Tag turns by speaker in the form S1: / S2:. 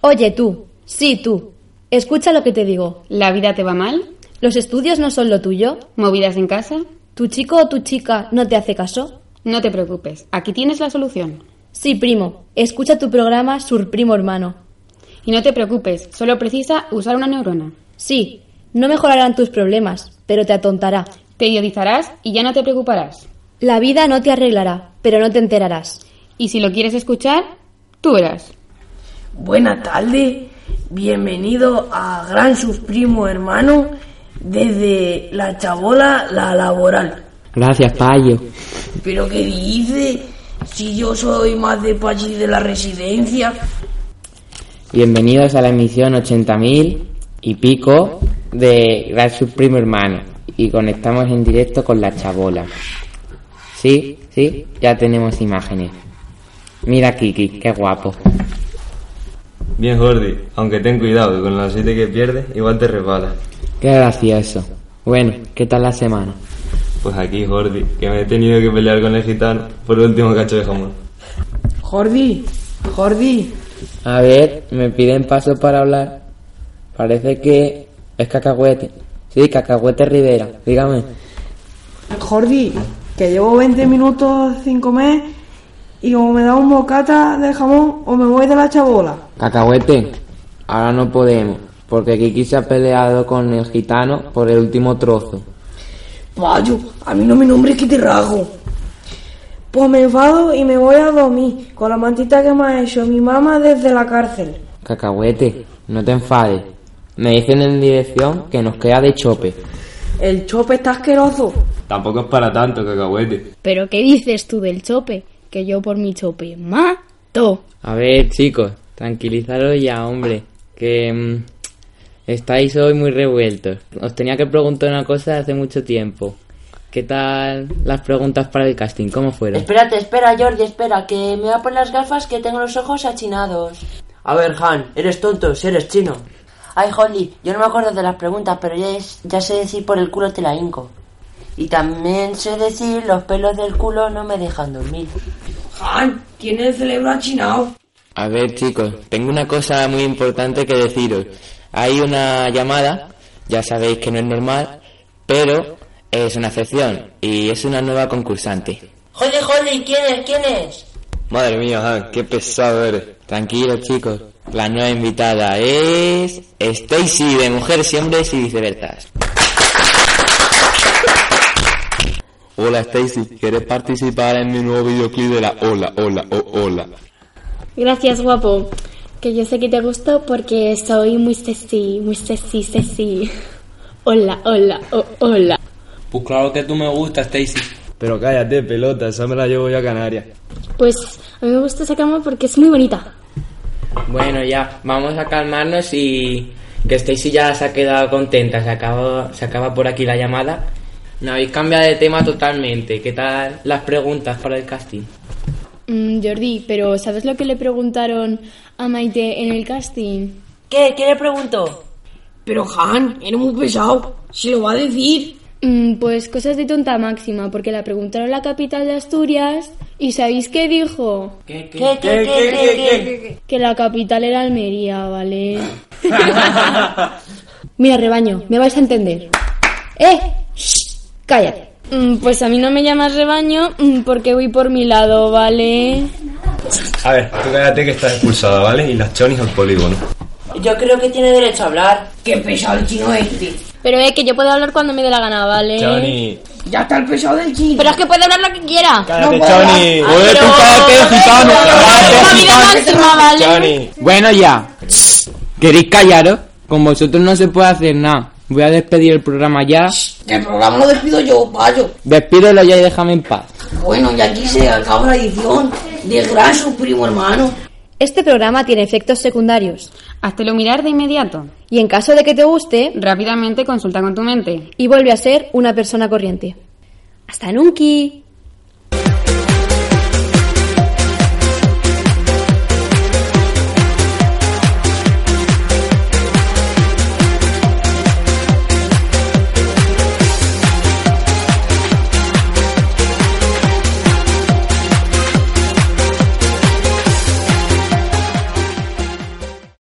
S1: Oye tú, sí tú, escucha lo que te digo.
S2: ¿La vida te va mal?
S1: ¿Los estudios no son lo tuyo?
S2: ¿Movidas en casa?
S1: ¿Tu chico o tu chica no te hace caso?
S2: No te preocupes, aquí tienes la solución.
S1: Sí, primo, escucha tu programa Sur Primo Hermano.
S2: Y no te preocupes, solo precisa usar una neurona.
S1: Sí, no mejorarán tus problemas, pero te atontará.
S2: Te idiotizarás y ya no te preocuparás.
S1: La vida no te arreglará, pero no te enterarás.
S2: Y si lo quieres escuchar, tú verás.
S3: Buena tarde, bienvenido a Gran Sus Primo Hermano desde la chabola la laboral.
S4: Gracias, Payo.
S3: Pero ¿qué dice? Si yo soy más de Pachi de la residencia.
S4: Bienvenidos a la emisión 80.000 y pico de Gran Sus Primo Hermano. Y conectamos en directo con la chabola. Sí, sí, ya tenemos imágenes. Mira, Kiki, qué guapo.
S5: Bien, Jordi, aunque ten cuidado, que con la siete que pierdes, igual te resbalas.
S4: Qué gracioso. Bueno, ¿qué tal la semana?
S5: Pues aquí, Jordi, que me he tenido que pelear con el gitano por el último cacho de jamón.
S3: Jordi, Jordi,
S4: A ver, me piden paso para hablar. Parece que es cacahuete. Sí, cacahuete Rivera, dígame.
S3: Jordi, que llevo 20 minutos sin comer y o me da un bocata de jamón o me voy de la chabola.
S4: Cacahuete, ahora no podemos, porque Kiki se ha peleado con el gitano por el último trozo.
S3: Payo, a mí no me nombres que te rajo.
S6: Pues me enfado y me voy a dormir con la mantita que me ha hecho mi mamá desde la cárcel.
S4: Cacahuete, no te enfades. Me dicen en dirección que nos queda de chope.
S6: El chope está asqueroso.
S5: Tampoco es para tanto, cacahuete.
S7: Pero ¿qué dices tú del chope? Que yo por mi chope mato.
S4: A ver, chicos, tranquilizaros ya, hombre, que mm, estáis hoy muy revueltos. Os tenía que preguntar una cosa hace mucho tiempo. ¿Qué tal las preguntas para el casting? ¿Cómo fueron?
S8: Espérate, espera, Jordi, espera, que me voy a poner las gafas que tengo los ojos achinados.
S9: A ver, Han, eres tonto si eres chino.
S8: Ay, Holly, yo no me acuerdo de las preguntas, pero ya, es- ya sé decir por el culo te la hinco. Y también sé decir los pelos del culo no me dejan dormir.
S3: Han, tiene el cerebro achinado.
S4: A ver, chicos, tengo una cosa muy importante que deciros. Hay una llamada, ya sabéis que no es normal, pero es una excepción y es una nueva concursante.
S8: Holly, Holly, ¿quién es? ¿Quién es?
S5: Madre mía, Han, qué pesado eres.
S4: Tranquilos, chicos, la nueva invitada es Stacy de Mujeres y Hombres y Viceversas.
S10: Hola Stacy, ¿quieres participar en mi nuevo videoclip de la Hola, Hola, oh, Hola?
S7: Gracias, guapo. Que yo sé que te gusto porque soy muy sexy, muy sexy, sexy. Hola, hola, oh, hola.
S11: Pues claro que tú me gustas, Stacy.
S5: Pero cállate, pelota, esa me la llevo yo a Canarias.
S7: Pues a mí me gusta esa cama porque es muy bonita.
S4: Bueno, ya, vamos a calmarnos y que Stacy ya se ha quedado contenta, se acaba, se acaba por aquí la llamada. No habéis cambiado de tema totalmente. ¿Qué tal las preguntas para el casting?
S7: Mm, Jordi, pero ¿sabes lo que le preguntaron a Maite en el casting?
S8: ¿Qué? ¿Quién le pregunto?
S3: Pero Han, eres muy pesado. Se lo va a decir.
S7: pues cosas de tonta máxima, porque la preguntaron la capital de Asturias y ¿sabéis qué dijo?
S8: ¿Qué, qué, qué, qué, qué?
S7: Que la capital era Almería, ¿vale? Mira, rebaño, me vais a entender. ¡Eh! ¡Shh! ¡Cállate! Pues a mí no me llamas rebaño mm, porque voy por mi lado, ¿vale?
S5: A ver, tú cállate que estás expulsada, ¿vale? Y las chonis al polígono.
S8: Yo creo que tiene derecho a hablar.
S3: Qué pesado el chino este.
S7: Pero es que yo puedo hablar cuando me dé la gana, ¿vale?
S5: Choni.
S3: Ya está el pesado del chino.
S7: Pero es que puedo hablar lo que quiera.
S5: Cállate, Choni.
S7: Pero- Pero- ¿vale?
S5: Choni.
S4: Bueno, ya. ¿Queréis callaros? Con vosotros no se puede hacer nada. Voy a despedir el programa ya.
S3: El programa lo despido yo, Payo.
S4: Despídelo ya y déjame en paz.
S3: Bueno, y aquí se acaba la edición de Gran Su Primo Hermano.
S1: Este programa tiene efectos secundarios
S2: Háztelo mirar de inmediato.
S1: y en caso de que te guste,
S2: Rápidamente consulta con tu mente.
S1: y vuelve a ser una persona corriente. ¡Hasta nunca!